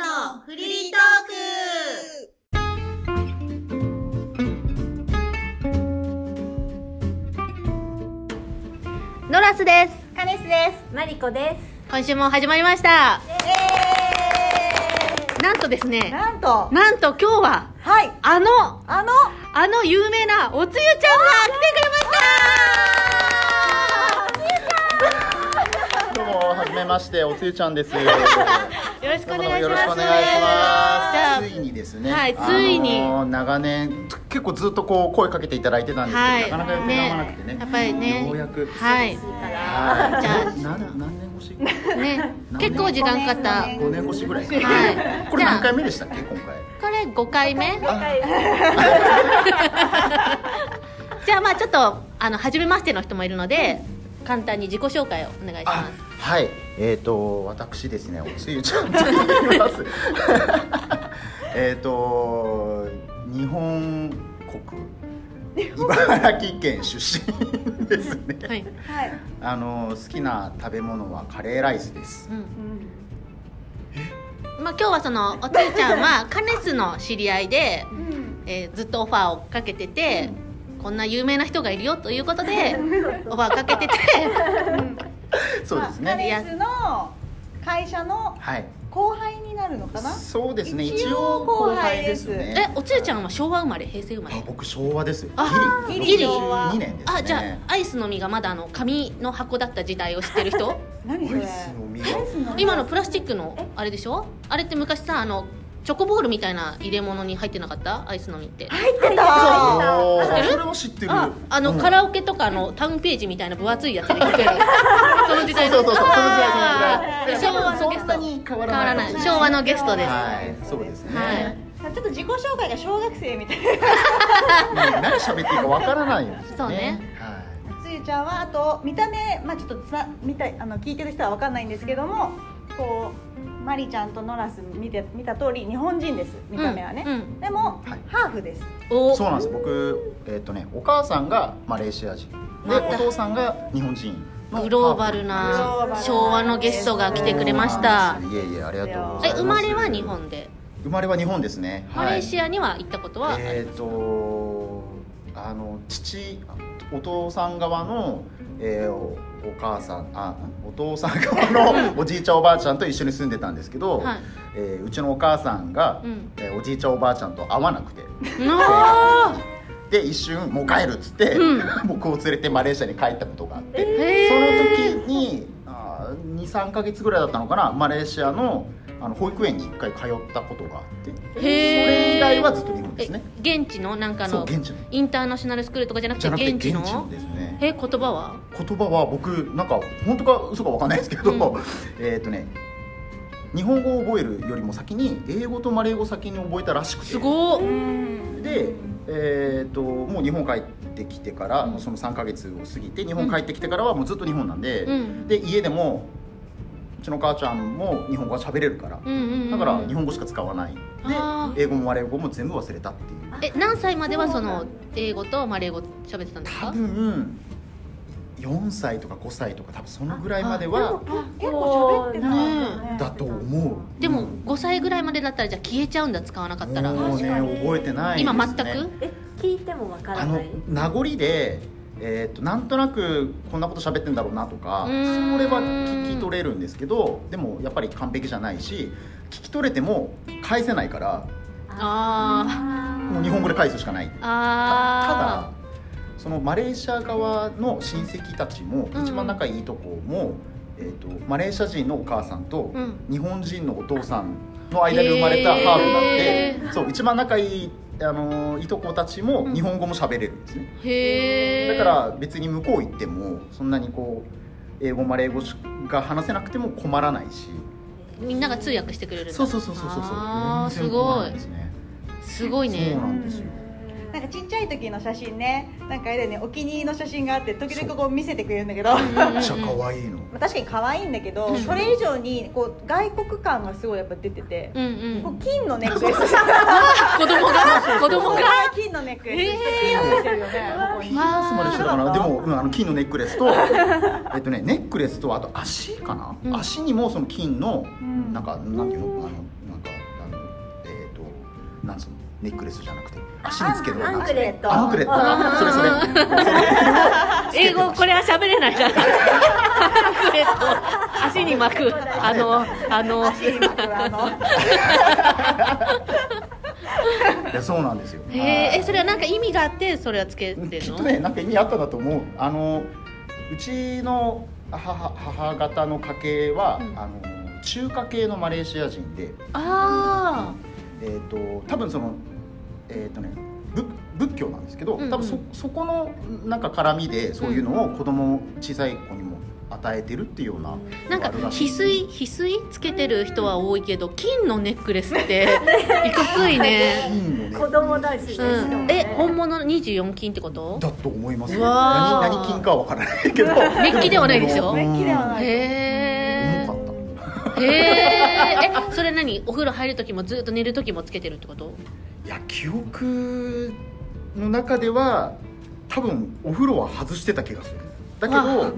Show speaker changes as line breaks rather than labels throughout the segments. のフリートーク
ノラスです
カネスですマリコで
今週も始まりました
すえ
なんとです
ー
ね
なんと
なんと今日は
はい
あの
あの
あの有名なおつゆちゃんが来てくれま
どうも、はじめまして、おつゆちゃ んです。よ
したよろしくお
どうも
願いします
よろしくお願いします。
じ
ついにですね。
はいついに
あのー長年、結構ずっとこう声かけていただいてたんですけど、
はい
なかなか予定が合わなくてね。
ねやっぱりね
ようやく。
ゃあはい
はい。
じゃあ
な何年 越し。
ね結構時間かかった
五年越しぐらい。
はい
これ何回目でしたっけ、今回。
これ5回目
は
じゃあまあちょっとあの初めましての人もいるので簡単に自己紹介をお願いしま
あ
す
はいえー、と私ですねおつゆちゃんと言います えっと日本国茨城県出身ですね、
はい、
い
あの好きな食べ物はカレーライスです
うんまあ、今日はそのおつゆちゃんはカネスの知り合いで、えーずっとオファーをかけてて、こんな有名な人がいるよということでオファーかけ てて
そうです
まあ
ね、
カネスの会社の
はい
後輩になるのかな
そうですね
一応
一応後輩ですね
えおつゆちゃんは昭和生まれ平成生まれ
あ僕昭和です
あ
ギリ
ギリ
62年ですね
あじゃあアイスの実がまだあの紙の箱だった時代を知ってる 人
何そ
ア
れ
イスの実
カネスの
今のプラスチックのあれでしょあれって昔さあのチョコボールみたいな入れ物に入ってなかったアイスの実って
入ってた
がお
知って
ー
る
それを知ってる
ああの、
うん
カラオケとかのタウンページみたいな分厚いやつで聴 けるその時代
そうそうそうその時代
あー
その時代
昭和のゲスト
そんなに変わ
変
ら
わら
な
ないい昭和のゲストです、
はい、そうですね。
はい
ちょっと自己紹介が小学生みたいな
もう何喋っていいかわからないんですよね。
そうね
は
つゆちゃんはあと見た目、まあ、ちょっとつな見たあの聞いてる人は分かんないんですけどもこうマリちゃんとノラス見て見た通り日本人です見た目はね、
うんうん
でも、
はい
ハーフです
お
い。そうなんです。僕えっ、とね、お母さんがマレーシア人で、
また
お父さんが日本人の。
グローバル
グローバ
な
ルな
昭和のゲストが来てくれまし
そ
た
うなんですいえいえ、ありがとうござ
え
います。
生まれは日。本で
生まれは日本ですね。
マレーシ
ア
アには行ったことは、
えっ、とあの父お父さん側の。えーおお母さんあお父さん側のおじいちゃんおばあちゃんと一緒に住んでたんですけど、
はい
えーうちのお母さんが、
うん
えーおじいちゃんおばあちゃんと会わなくて、
な
で一瞬もう帰るっつって、
う
僕を連れてマレーシアに帰ったことがあって、そ
へー
の時に23か月ぐらいだったのかなマレーシアのあの保育園に1回通ったことがあって
へー
それ以来はずっと日本ですね
え現地のなんか
そう
の
現地の
インターナショナルスクールとかじゃなくて
じゃなくて
現
現
地
地
の
のですね
え言葉は
言葉は僕なんか本当か嘘かわかんないですけど、
う
えっとね日本語を覚えるよりも先に英語とマレー語を先に覚えたらしくて
すごっ
で、えー、ともう日本帰ってきてから、
うん
その3か月を過ぎて日本帰ってきてからはもうずっと日本なんで、
うん
で家でもうちの母ちゃんも日本語は喋れるから、
うんうんうん
だから日本語しか使わないで
あー
英語もマレー語も全部忘れたっていう
え何歳まではそ
そうな
の
ん
英語とマレー語喋ってたんです
多
か
分4歳とか5歳とか多分そのぐらいまでは
結構喋ってたんね
だと思う
でも
うん
5歳ぐらいまでだったらじゃあ消えちゃうんだ使わなかったら
もうね覚えてないですね
今全く
え聞いてもわから
あ
な
の
い
名残で、えー、となんとなくこんなこと喋ってんだろうなとか
う
そ
ーん
れは聞き取れるんですけどでもやっぱり完璧じゃないし聞き取れても返せないから
あ
もう日本語で返すしかない
ー
た
あ
だそのマレーシア側の親戚たちも
うん
一番仲いいとこも、えー、とマレーシア人のお母さんと
うん
日本人のお父さんの間に生まれたハーフなん
へ
で、そう一番仲いい、あのーいとこたちも日本語も喋れるんですね。
ーへ
だ
え
から別に向こう行ってもそんなにこう英語マレー語が話せなくても困らないし
みんなが通訳してくれるんだ
そうそうそうそうそう
あー
全然困らなですね
すごい
そうな
ね
んですよ
なんかちっちゃい時の写真ねなんかあれだよねお気に入りの写真があって時々こう見せてくれるんだけどま
めっちゃ可愛いの
あ確かに可愛いんだけどそれ以上にこう外国感がすごいやっぱ出てて
うんうん
こう金のネックレスした
子供が子供が
金のネックレスした金をしてるよねここに
ピアスまでしてたか
わ
な
ー
でも、うんあの金のネックレ スとえっとねネックレスとあと足かな、
うん
足にもその金の
ん
なんかなんていうのあのなんかあのなんつうのネックレスじゃなくて足につけるよう
ア
な
ンクレット
アンクレット
あー
それそれ
英語これは喋れないからえっと足に巻くあのあの
足に巻くあの
いやそうなんですよ
へええそれはなんか意味があってそれはつけてるの
きっとねなんか意味あったんだと思うあのうちの母母方の家系は、
うん
あの中華系のマレーシア人で、
あ
えー、と多分そのえっ、とね仏仏教なんですけど
うんうん
多分そ,、そこのなんか絡みでそういうのを子供小さい子にも与えてるっていうような
あなんか
あるらしい
翡翠翡翠つけてる人は多いけど金のネックレスっていかついね、
いいのね
子供だし、
う
しかも
ん、
ね
え本物の24金ってこと
だと思いますよ
うわー
何何金かは分からないけど
メッキではないでしょ
メッキではない
へえ
重かった
へええそれ何お風呂入る時もずっと寝る時もつけてるってこと
いや記憶の中では多分お風呂は外してた気がするだけ
わ
ど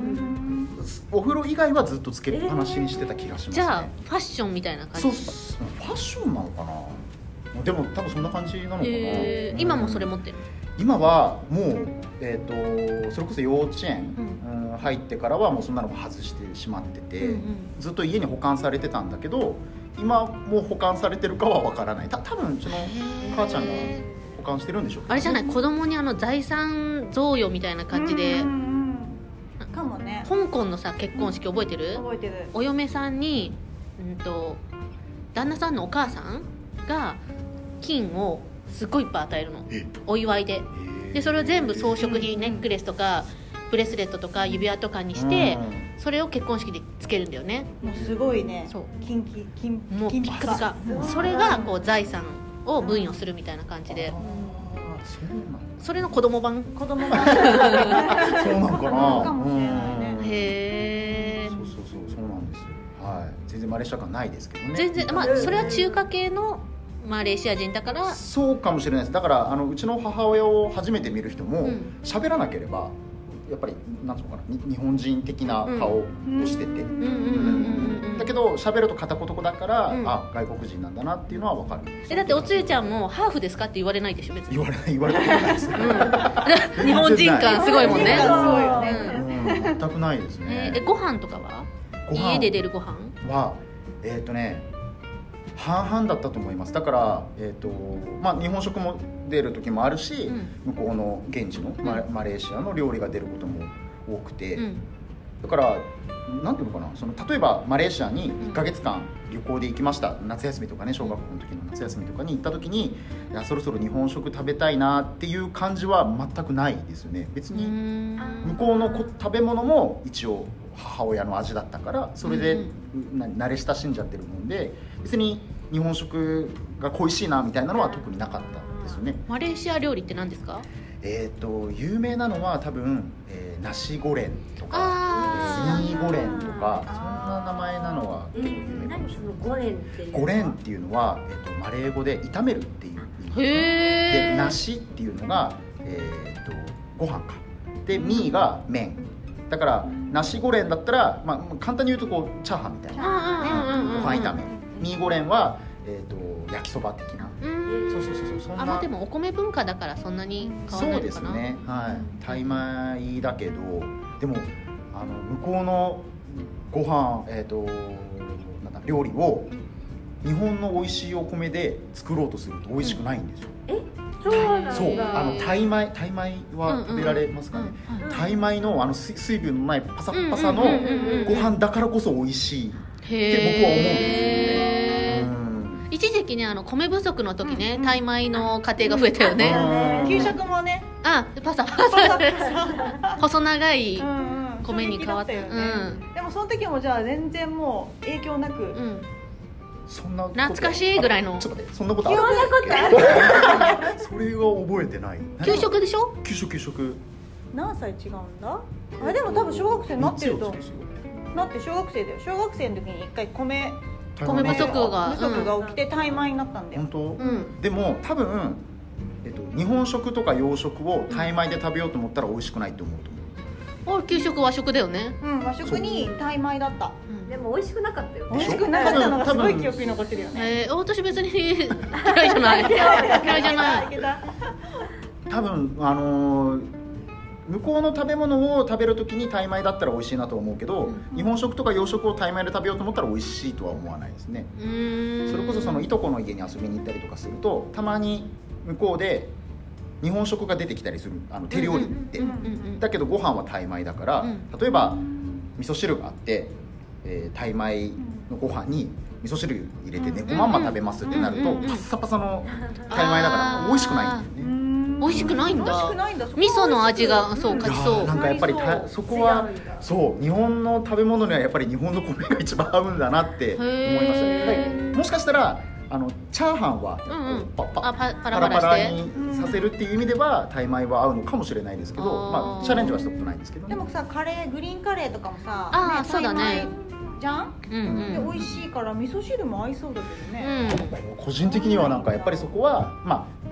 お風呂以外はずっとつけっぱなしにしてた気がします、ね
じゃあファッションみたいな感じ
そうそうファッションなのかなでも多分そんな感じなのかな、
へえ今もそれ持ってる
今はもう、えー、とそれこそ幼稚園、
う
うん入ってからはもうそんなのも外してしまってて、
うんうん
ずっと家に保管されてたんだけど今もう保管されてるかはわからないた多分うちの母ちゃんが
へえ
保管してるんでしょうけど
あれじゃない子供にあの財産贈与みたいな感じ
うん
で
うんうんかもね
香港のさ結婚式覚えてる
覚えてる
お嫁さんに、うん、と旦那さんのお母さんが金をすごいいっぱい与えるの
え
お祝いででそれを全部装飾品
うん
ネックレスとかブレスレットとか指輪とかにしてそれを結婚式でつけるんだよね
もうすごいね
そう
キンキキン
もう
キ
ピ
ン
ッ
ピ
カ
カ
ピカ
うん
それがこう財産を分与するみたいな感じで
そうな
それの子供版
子供がかもしれないね
んそうなのかなうん
へえ
そうそうそうそうなんですよはい全然マレーシア感ないですけどね
全然まあそれは中華系のマレーシア人だから
そうかもしれないですだからあのうちの母親を初めて見る人
う
も
ん
喋、らなければやっぱりなんていうのかなに日本人的な顔をしてて、
うんうんうんうんうん
だけど喋ると片言だから、
うん
あ外国人なんだなっていうのは分かる
えだっておつゆちゃんもハーフですかって言われないでしょ別に
言われない言われたことない ですね、
日本人感すごいもんね
日本人感すごいよね
うん
うん全くないです
え
ね、
ーえご飯とかは
ご飯
家で出るご飯
はえっ、とね半々だったと思いますだから、えーとまあ、日本食も出る時もあるし、向こうの現地のマ,、
うん
マレーシアの料理が出ることも多くて、
うん
だからなんていうのかなその例えばマレーシアに1か月間旅行で行きました夏休みとかね小学校の時の夏休みとかに行った時にいやそろそろ日本食食べたいなっていう感じは全くないですよね別
うー
に
ん
向こうのこ食べ物も一応母親の味だったからそれで、な慣れ親しんじゃってるもんで別に日本食が恋しいなみたいなのは特になかったですよね
マレーシア料理って何ですか
えっ、と有名なのは多分、えー、ナシゴレンとか
あ
スニーゴレンとかそん
あー
な名前なのは
う
結構有名
ん、
かも
何
しれ
そ
ない
の五連っていう
ゴレンっていうのは、えっとマレー語で炒めるっていう意
ー
味で
へえ
梨っていうのが、えっとご飯かでミーが麺だから梨ゴレンだったら、まあまあ、簡単に言うとこうチャーハンみたいな
うんうんうんうん
ご飯炒めミーゴレンは、えっと焼きそば的な
うん
そうそうそうそうそん
あまあ
な
でもお米文化だからそんなに変わ
そ
らな
う
い
で
の
す
かな
ねはいタイ米だけどでもあの向こうのご飯えっ、となんだ料理を日本の美味しいお米で作ろうとすると美味しくないんですよ、
そうなんだ
そうあのタイ米タイ米
うんう
は
ん
食べられますかね、
うん
うん
タイ米のあの水水分のないパサッパサの
うんうんうんうん
ご飯だからこそ美味しい、
へえ
うん
一時期ねあの米不足の時ね
うんうん
タイ米の家庭が増えたよ
う
ね
ん
うん
給食もね
あパサパ
パサ
サ
パサ
細長い
うんうん
米に変わった
衝撃だよねでもその時もじゃあ全然もう影響なく、
うん
そんなこと
懐かしいぐらいの
ちょっと待ってそんなこと
いろん
あ
なことある
る それは覚えてない
給食でしょ
給食給食
何歳違うんだあでも多分小学生になってると
日曜日ですよ
なって小学生だよ小学生の時に一回米
米不足が
不足が起きて怠米になったんだよ
本、当、
うん
でも多分、えっと、日本食とか洋食をタイ米で食べようと思ったら美味しくないと思うと思う
お給食和食だよね
うん、和食にタイ米だった
でも美味しくなかったよ
美味
でしょ
しくなかったのがすごい記憶に残ってるよね
えー、私別に 嫌いじゃない嫌いじゃない
いけた
多分あのー向こうの食べ物を食べるときにタイ米だったら美味しいなと思うけど、
うん
日本食とか洋食をタイ米で食べようと思ったら美味しいとは思わないですね
うーん
それこそそのいとこの家に遊びに行ったりとかするとたまに向こうで日本食が出てきたりするあの手料理っ て、
うんうんうん
うんうん
だけどご飯はタイ米だから、
うん
例えば味噌汁があって、えー、タイ米のご飯に味噌汁入れてね、
うん
ごまんま食べますってなると、
うんうんうん
パッサパ サのタイ米だから
あー
美味しくないんだよね。
美味しくないんだ
美味しくないんだ
味噌の味がそう
いや
勝ち
ー
そ
なんかやっぱりたそこは
違うんだ
そう日本の食べ物にはやっぱり日本の米が一番合うんだなって思いましたね
へー
はいもしかしたらあのチャーハンは
うんうん
パッパ
あパパ
パ
ラ
ラ
パ
パ
ラして
ラにさせるっていう意味ではタイ米は合うのかもしれないですけど
あー
まあチャレンジはしたことないんですけどね
でもさカレーグリーンカレーとかもさ
あー
ね
そうだね
タイ米じゃん、
うんうん
で美味しいから味噌汁も合いそうだけど
う
ね、
ん
個人的にはなんかやっぱりそこはまあ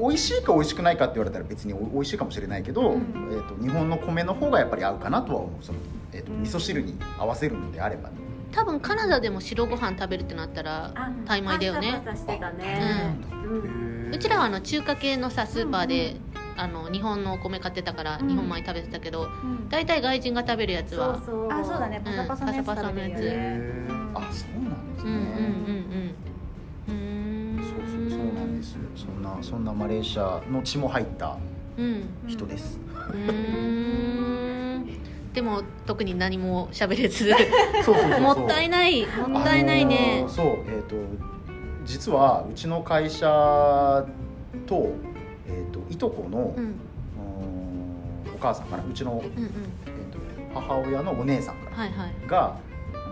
美味しいか美味しくないかって言われたら別にお美味しいかもしれないけど、
うん
えー、と日本の米の方がやっぱり合うかなとは思うその、えー、と味噌汁に合わせるのであればね
多分カナダでも白ご飯食べるってなったら
あ
タイ米だよね
パサパサしてたねうん
うちらはあの中華系のさスーパーで、あの日本のお米買ってたから
うん
日本米食べてたけど、
うん
大体外人が食べるやつは
そうそう
あそうだねパサパサのやつ
うん
食べてるよね、
へーあそうなんです
うん
ね、
うんうんうんうーん
そうそうそうなんですよそんなそんなマレーシアの血も入った
うん
人です、
うーんでも特に何も喋れず
そうそうそうそ う
もったいないもったいない
あ
ね
のー、そうえっ、と実はうちの会社と,、えー、といとこの、
うん
うーんお母さんからうちの、
うん
えー、と母親のお姉さんか
うん
ら、
はいはい
があの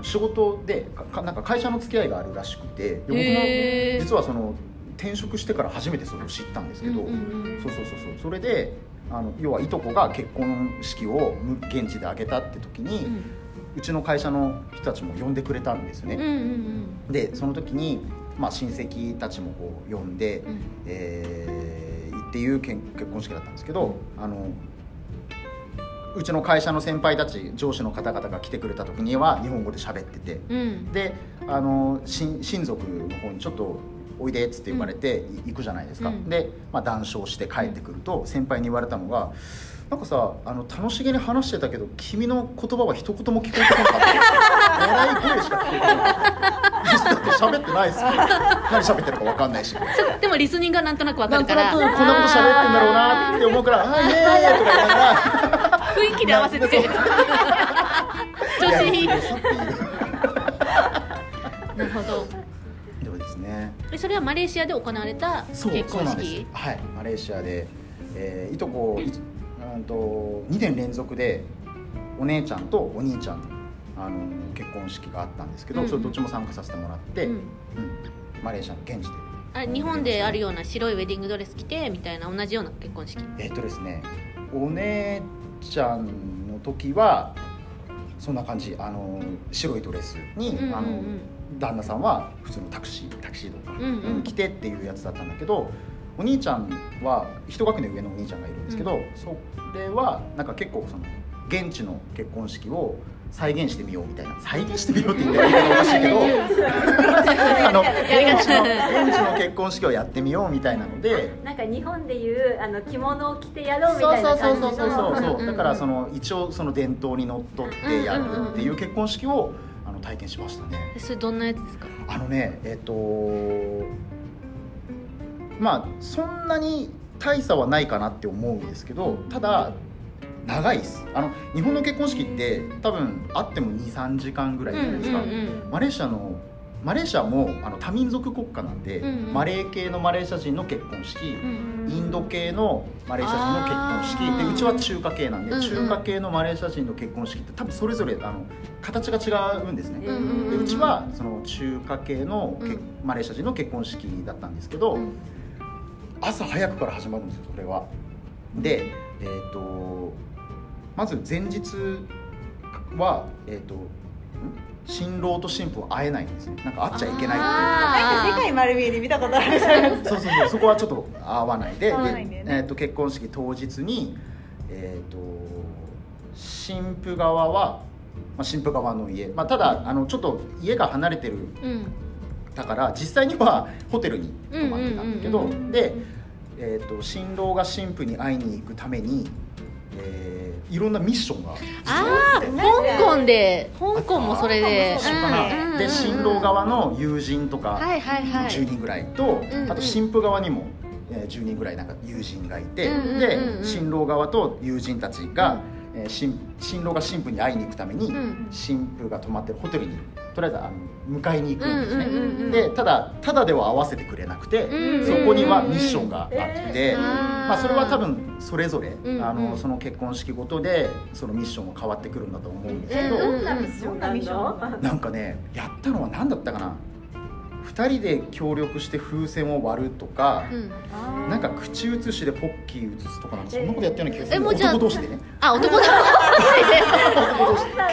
仕事でかかなんか会社の付き合いがあるらしくてで僕
へー
も実はその転職してから初めてそれを知ったんですけど、
うんうん
そうそうそうそうそれであの要はいとこが結婚式をむ現地で挙げたって時に、
う
うんちの会社の人たちも呼んでくれたんです
うんう
ね、
んうん
でその時に、まあ、親戚たちもこう呼んで、
うん
えーっていうけん結婚式だったんですけどあのうちの会社の先輩たち上司の方々が来てくれた時には日本語で喋ってて
うん
であの親親族の方にちょっとおいでっつって言われてい行くじゃないですか、
うん
で、まあ、談笑して帰ってくると先輩に言われたのが「なんかさあの楽しげに話してたけど君の言葉は一言も聞こえてこなかった」笑い声しか聞こえてこなかった」だって喋ってないですよ何喋ってるか分かんないし。
そうでもリスニングがなんとなくわか
な
る
ん
か
と
ら
なくこんなこと喋ってんだろうなって思うから「あーイエーイ!」とか言いなが ら
あー雰囲気で合わせて調 子いい
やそうですっていう
なるほど
でもですね
えそれはマレーシアで行われた
そう
結
そう
婚
なんです
式
はいマレーシアで、えーいとこいうんと2年連続でお姉ちゃんとお兄ちゃんのあの結婚式があったんですけど、
うんうん
それどっちも参加させてもらって、
う
うんんマレーシアの現地で
あ日本であるような白いウェディングドレス着てみたいな同じような結婚式
えーっとですねお姉ちゃんの時はそんな感じあの白いドレスに、
うんうんうん
あの旦那さんは普通のタクシータクシードとか、
うんうん
来てっていうやつだったんだけどお兄ちゃんは一学年上のお兄ちゃんがいるんですけど、
う
それはなんか結構その現地の結婚式を再現してみようみたいな再現してみようって言ったら言い方おかしいけど あの現地の現地の結婚式をやってみようみたいなので。
なんか日本でいうあの着物を着てやろうみ
そ
た
う
い
そ
な
うそ
感
う
じ
そ
の
うそうそう
うんうんうん
だからその一応その伝統にのっとってやるっていう結婚式をあの体験しましたね
えそれどんなやつですか
あのねえっ、とまあそんなに大差はないかなって思うんですけどただ長いですあの日本の結婚式って多分あっても23時間ぐらいじゃないですか、
うんうんうん
マレーシアのマレーシアもあの多民族国家なんで、
うんうん
マレー系のマレーシア人の結婚式、
うん
インド系のマレーシア人の結婚式
あー
でうちは中華系なんで、
うんうん
中華系のマレーシア人の結婚式って多分それぞれあの形が違うんですね、
うんうんうん
でうちはその中華系のけ、
うん
マレーシア人の結婚式だったんですけど、
うん
朝早くから始まるんですよそれは。で、えー、とまず前日は、えー、とん新郎と新婦は会えないんですねなんか会っちゃいけないっていう。
なん
あー
か世界丸見えで見たことあ るじゃないです
そうそうそうそこはちょっと合わないで
合わないんだよね
えー、と結婚式当日に、えー、と新婦側は、まあ、新婦側の家、まあ、ただあのちょっと家が離れてる
うん
だから実際にはホテルに泊まってたんだけど、
うんうん
うんうん
で、えー、と新郎が新婦に会いに行くために、えーいろんなミッションが
ああ香港で香港もそれで
あったかな
うんうんうん
で新郎側の友人と
は
か
いはいはい
10人ぐらいと、
んうん
あと新婦側にも。えー10人ぐらいなんか友人がいて、
うんうんうんうん
で新郎側と友人たちが、えー新新郎が新婦に会いに行くために、
うん
新婦が泊まってるホテルにとりあえずあの迎えに行くんですね、
うんうんうんうん
でただただでは会わせてくれなくて、
うん
そこにはミッションがあって、
えー
まあ、それは多分それぞれ、
うん
あ
うん
のその結婚式ごとでそのミッションが変わってくるんだと思うんですけど、
うんうん
どんなミッショ
なんかねやったのは何だったかな2人で協力して風船を割るとか、
うん
なんか口移しでポッキー移すとかなんかそんなことやったような気がする、
えもうじゃあ
男同士でね
あ男だ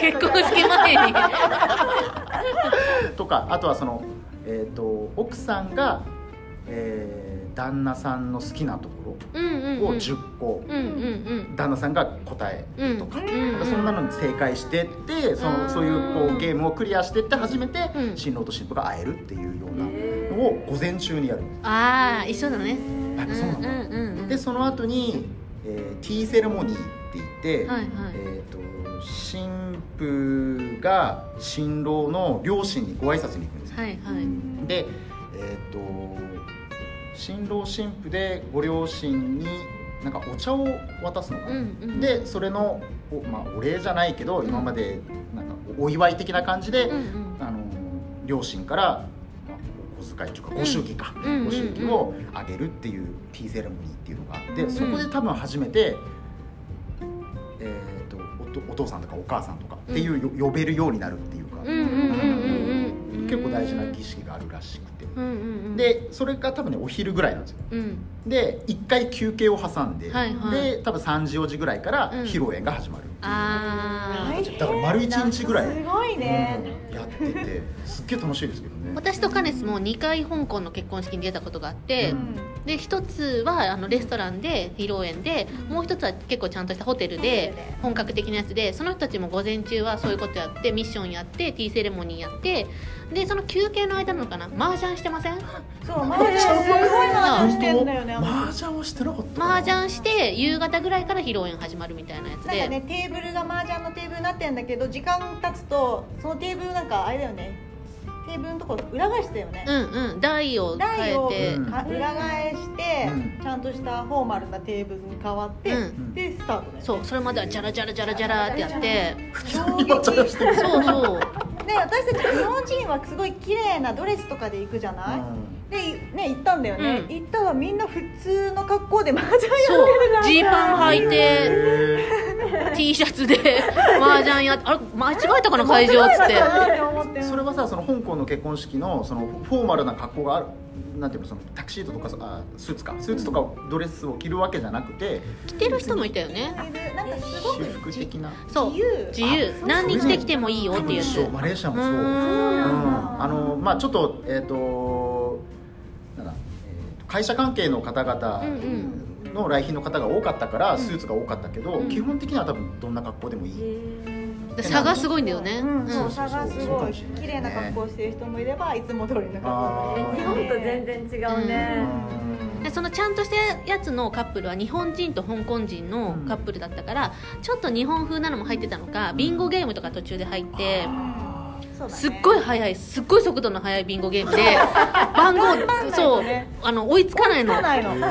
結婚式前に
とかあとはその、えー、と奥さんが、えー旦那さんの好きなとこ
うんうん
ろを
うん
10個、
うんうん
旦那さんが答えるとか、
うん
そんなのに正解してってそ
うん
のそういうこうゲームをクリアしてって初めて
うん
新郎と新婦が会えるっていうような
え
のを午前中にやる、
うんああ一緒だね
あそうなん
ん
だ、
うんうん
でその後に、えーティーセレモニーって言って、
はいはい
えー、と新婦が新郎の両親にご挨拶に行くんですよ、
はいはい
でえっ、と新郎新婦でご両親になんかお茶を渡すのかな、
うんうん
でそれのお,、まあ、お礼じゃないけど今までなんかお祝い的な感じで、
うんうん
あの両親から、まあお小遣いというかご祝儀か、
うん
ご祝儀をあげるっていうティーセレモニーっていうのがあって、そこで多分初めて、えー、とおとお父さんとかお母さんとかっていうよ、呼べるようになるっていうか、
うんうんうんうんうん
結構大事な儀式があるらしくて、
うんうんうん
でそれが多分ねお昼ぐらいなんですよ
うん
で1回休憩を挟んで、
はいはい
で多分3時4時ぐらいから
うん
披露宴が始まる、
ああ
ン
だから丸一日ぐらい
すごいね
うんやっててすっげえ楽しいですけどね
私とカネスも2回香港の結婚式に出たことがあって、
うん
で一つはあのレストランで披露宴でもう一つは結構ちゃんとしたホテルで本格的なやつでその人たちも午前中はそういうことやってミッションやってティーセレモニーやってでその休憩の間なのかな麻雀してま せん
そうマリちゃんすごい話してんだよね
マージャンはしてなかった
麻雀
し
して夕方ぐらいから披露宴始まるみたいなや
なん
つ
か
で、
ねテーブルが麻雀のテーブルになってんだけど時間経つとそのテーブルなんかあれだよねテーブルのとこ裏返したよね、
うんうん台を変
台
え
を
て、
うん
か裏返して、
うん
ちゃんとしたフォーマルなテーブルに変わって、
うん
でスタートだよね
そうそれまではジャラジャラジャラジャラってやって
衝
今ちゃん
撃
してる
そうそう
ね私たち日本人はすごい綺麗なドレスとかで行くじゃない、でね行ったんだよね、
うん
行ったらみんな普通の格好で麻雀や
そ
ってる
うジーパン
履
履いて T シャツで麻雀やってあれ間違えたかな会場っつって
って
それはさその香港の結婚式のそのフォーマルな格好があるなんていうのそのタキシードとかそあスーツかスーツとかドレスを着るわけじゃなくて
着てる人もいたよね
なんかすご
私
く
服的な
そう
自由
自由
あ
何に着てきてもいいよっ
多
ていう
分
やつ
そうマレーシアもそうう
ん
ん
だ
あのまあちょっとえっ、となんだ、えーと会社関係の方々
うん
の来賓の方が多かったからスーツが多かったけど、
うん
基本的には多分どんな格好でもいい、
で差がすごいんだよね、
うん
うん
そう差がすごい
そうかもしれないね
綺麗な格好をしてる人もいればいつも通りの格好
あー
日本と全然違う
う
ね。
ん
でそのちゃんとしたやつのカップルは日本人と香港人のカップルだったから、ちょっと日本風なのも入ってたのかビンゴゲームとか途中で入って
あ
そうだね
すっごい速いすっごい速度の速いビンゴゲームで 番号
頑張んない
そ
と
う
ね
あの追いつかないの
そう
だか
ないの
へ
な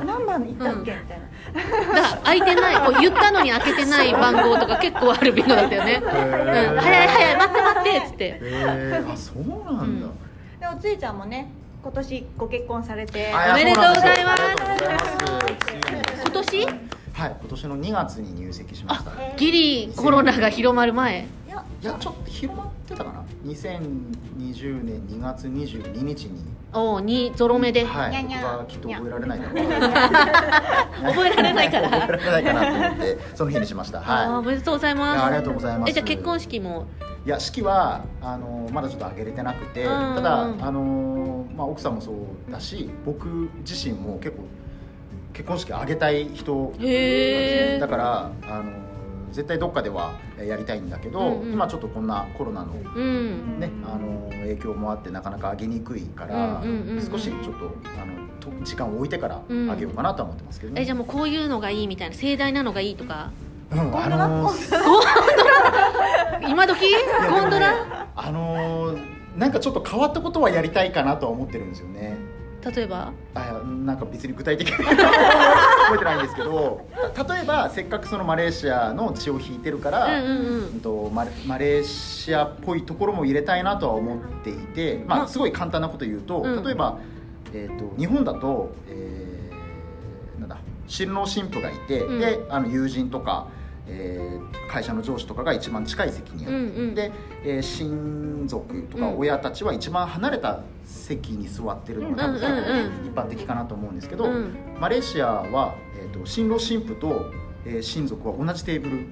ー
何番に行ったっけみたいな
ら開いてないこう言ったのに開けてない番号とか結構あるビンゴだったよね、
ー
うん、
へ
早
ー
い早い待って待ってっつって
へーあそうなんだ、
うん
でおつゆちゃんもね今年ご結婚されて
あ
おめでとうございます
そうなんですよありがとうございます
今年
はい今年の2月に入籍しましたい
ギリコロナが広まる前
いや
やちょっと広まってたかな2020年2月22日に
おおにゾロ目で、
はい
にゃんにゃん
僕はきっと覚えられないだろうな
覚えられないから
覚えられないかなと思って その日にしました
あーお
はい
めでとうござい
いやあり
ま
がとうございます
え
す
じゃあ結婚式も
いや式はあのまだちょっと挙げれてなくて、
うんうん
ただあの、まあ、奥さんもそうだし僕自身も結構結婚式挙げたい人
へー
だからあの絶対どっかではえーやりたいんだけど、
うんうん
今ちょっとこんなコロナの、ね
うん
あの影響もあってなかなか上げにくいから、
うんうんうんうん
少しちょっとあのと時間を置いてから上げようかなとは思ってますけどね。
えじゃあもうこういうのがいいみたいな盛大なのがいいとか
うんあのー
今時
いやでもね
ゴンドラ
あのーなんかちょっと変わったことはやりたいかなとは思ってるんですよね
例えば
あなんか別に具体的に 覚えてないんですけどた例えばせっかくそのマレーシアの血を引いてる
う
か
んう
ら、
んう
うん
ん
とマレマレーシアっぽいところも入れたいなとは思っていて、ま
あ
あ、すごい簡単なこと言うと、
うん
例えば、えー、と日本だと、えーなんだ新郎新婦がいて、
うん
であの友人とか、えー会社の上司とかが一番近い席にあ
う
る。
んうん
で、えー親族とか
うん
親たちは一番離れた席に座ってるのが多分
うんうん
うん
一般的かなと思うんですけど、
うん
マレーシアは、えー、と新郎新婦と、えー親族は同じテーブル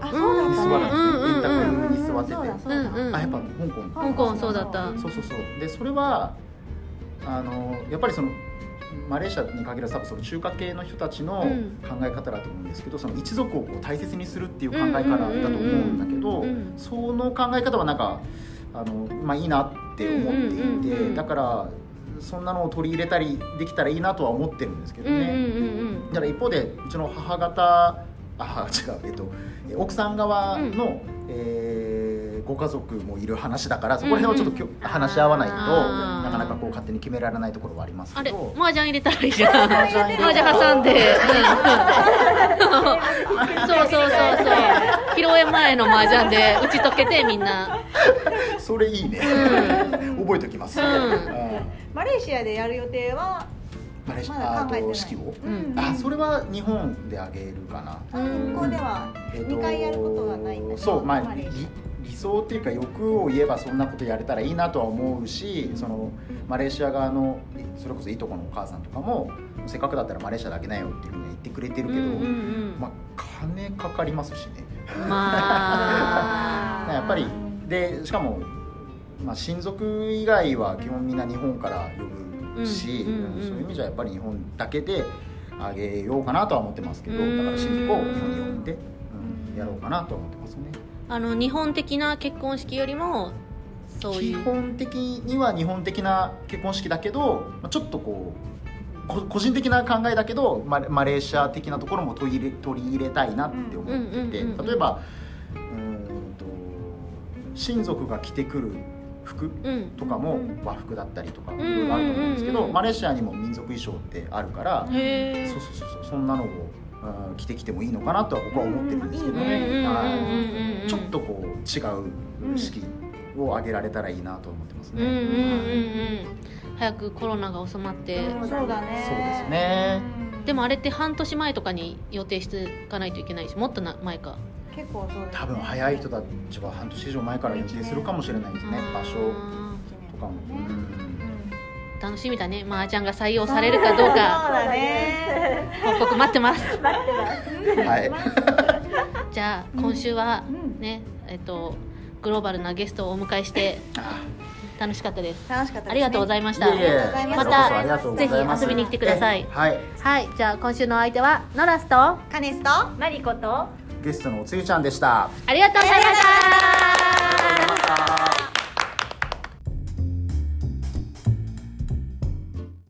あそうだ
に
った
座
ね
ら
うん
な
うん
くて
うん
円卓に座ってて、
そうだそうだ
うんうん
あやっぱ香港の
香港そうだった
そうそうそうでそれはあのやっぱりそのマレーシアに限らず多分その中華系の人たち
う
の
ん
考え方だと思うんですけど、その一族をこう大切にするっていう考え方だと思うんだけど、
うんうんうんうんうん
その考え方はなんかあの、まあ、いいなって思っていて、
うんうんうんうん
だからそんなのを取り入れたりできたらいいなとは思ってるんですけど
うんうん
ね。
うん
だから一方でうちの母方あ違うえっとえ奥さん側の、えーご家族もいる話だからそこら辺はちょっときょ、話し合わないと
あー
なかなかこう勝手に決められないところはあります
あれ
けど。
麻雀入れたらいいじゃん麻
麻雀
雀挟んでうんそうそうそうそう披露宴前の麻雀で打ち解けてみんな
それいいね、 覚えておきます、
うん
あ
マレーシアでやる予定は
ーマレーシ
まだ
アあ
考えてない
と式を、
うん
あそれは日本であげるかな
うん
向こうでは
えっと
2回やることはないんだけど
そうまあ
マレ
理
ーシ
理想っていうか欲を言えばそんなことやれたらいいなとは思うしそのマレーシア側のそれこそいとこのお母さんとかもせっかくだったらマレーシアだけなよっていうふうには言ってくれてる
うん
け
うん
ど、
うん
まあ金かかりますしね
まあ
やっぱりでしかも、まあ、親族以外は基本みんな日本から呼ぶし、
うんうんうん
うんそういう意味じゃやっぱり日本だけであげようかなとは思ってますけど
うん
だから親族を日本に呼んで、うんやろうかなとは思ってますね。
あの日本的な結婚式よりもそうい
基
う
本的には日本的な結婚式だけどまあちょっとこうこ個人的な考えだけどマレマレーシア的なところも取り入れ取り入れたいなって思ってて、
うんうんうんうん
例えばうーんと親族が着てくる
う
服
ん
とかも
うん
和服だったりとかい
ん
ろいろあると思うんですけど、
うんうんうん
マレーシアにも民族衣装ってあるから、
へえ
そうそうそうそうそんなのを、うん着てきてもいいのかなとは僕は思ってるんですけど
うんうんうんうん
ね。はい
うんうん
ちょっとこう違う式を上げられたらいいなと思ってます
うんうんうんう
ね。
ん早くコロナが収まって
アそうだね
そうですね
うん
でもあれって半年前とかに予定していかないといけないしもっとな前か
結構そうですね
多分早い人たちは半年以上前から予定するかもしれないですね。場所
あ
とかも。う
うんん
ー楽しみだねまー、ちゃんが採用されるかど
そ
うか
うだね
報告待ってます
はい。
じゃあ今週は
うん
ねえっとグローバルなゲストをお迎えして
あ
楽しかったです
楽しかったですね
ありがとうございました
いえいえ
ありが
とうございます
こちらこそありがとうございます
ぜひ遊びに来てください
えはい。
はいじゃあ今週のお相手はノラスとあ
カネスと
マリコと
ゲストのおつゆちゃんでした。あ
りがとうございました
りがとうございました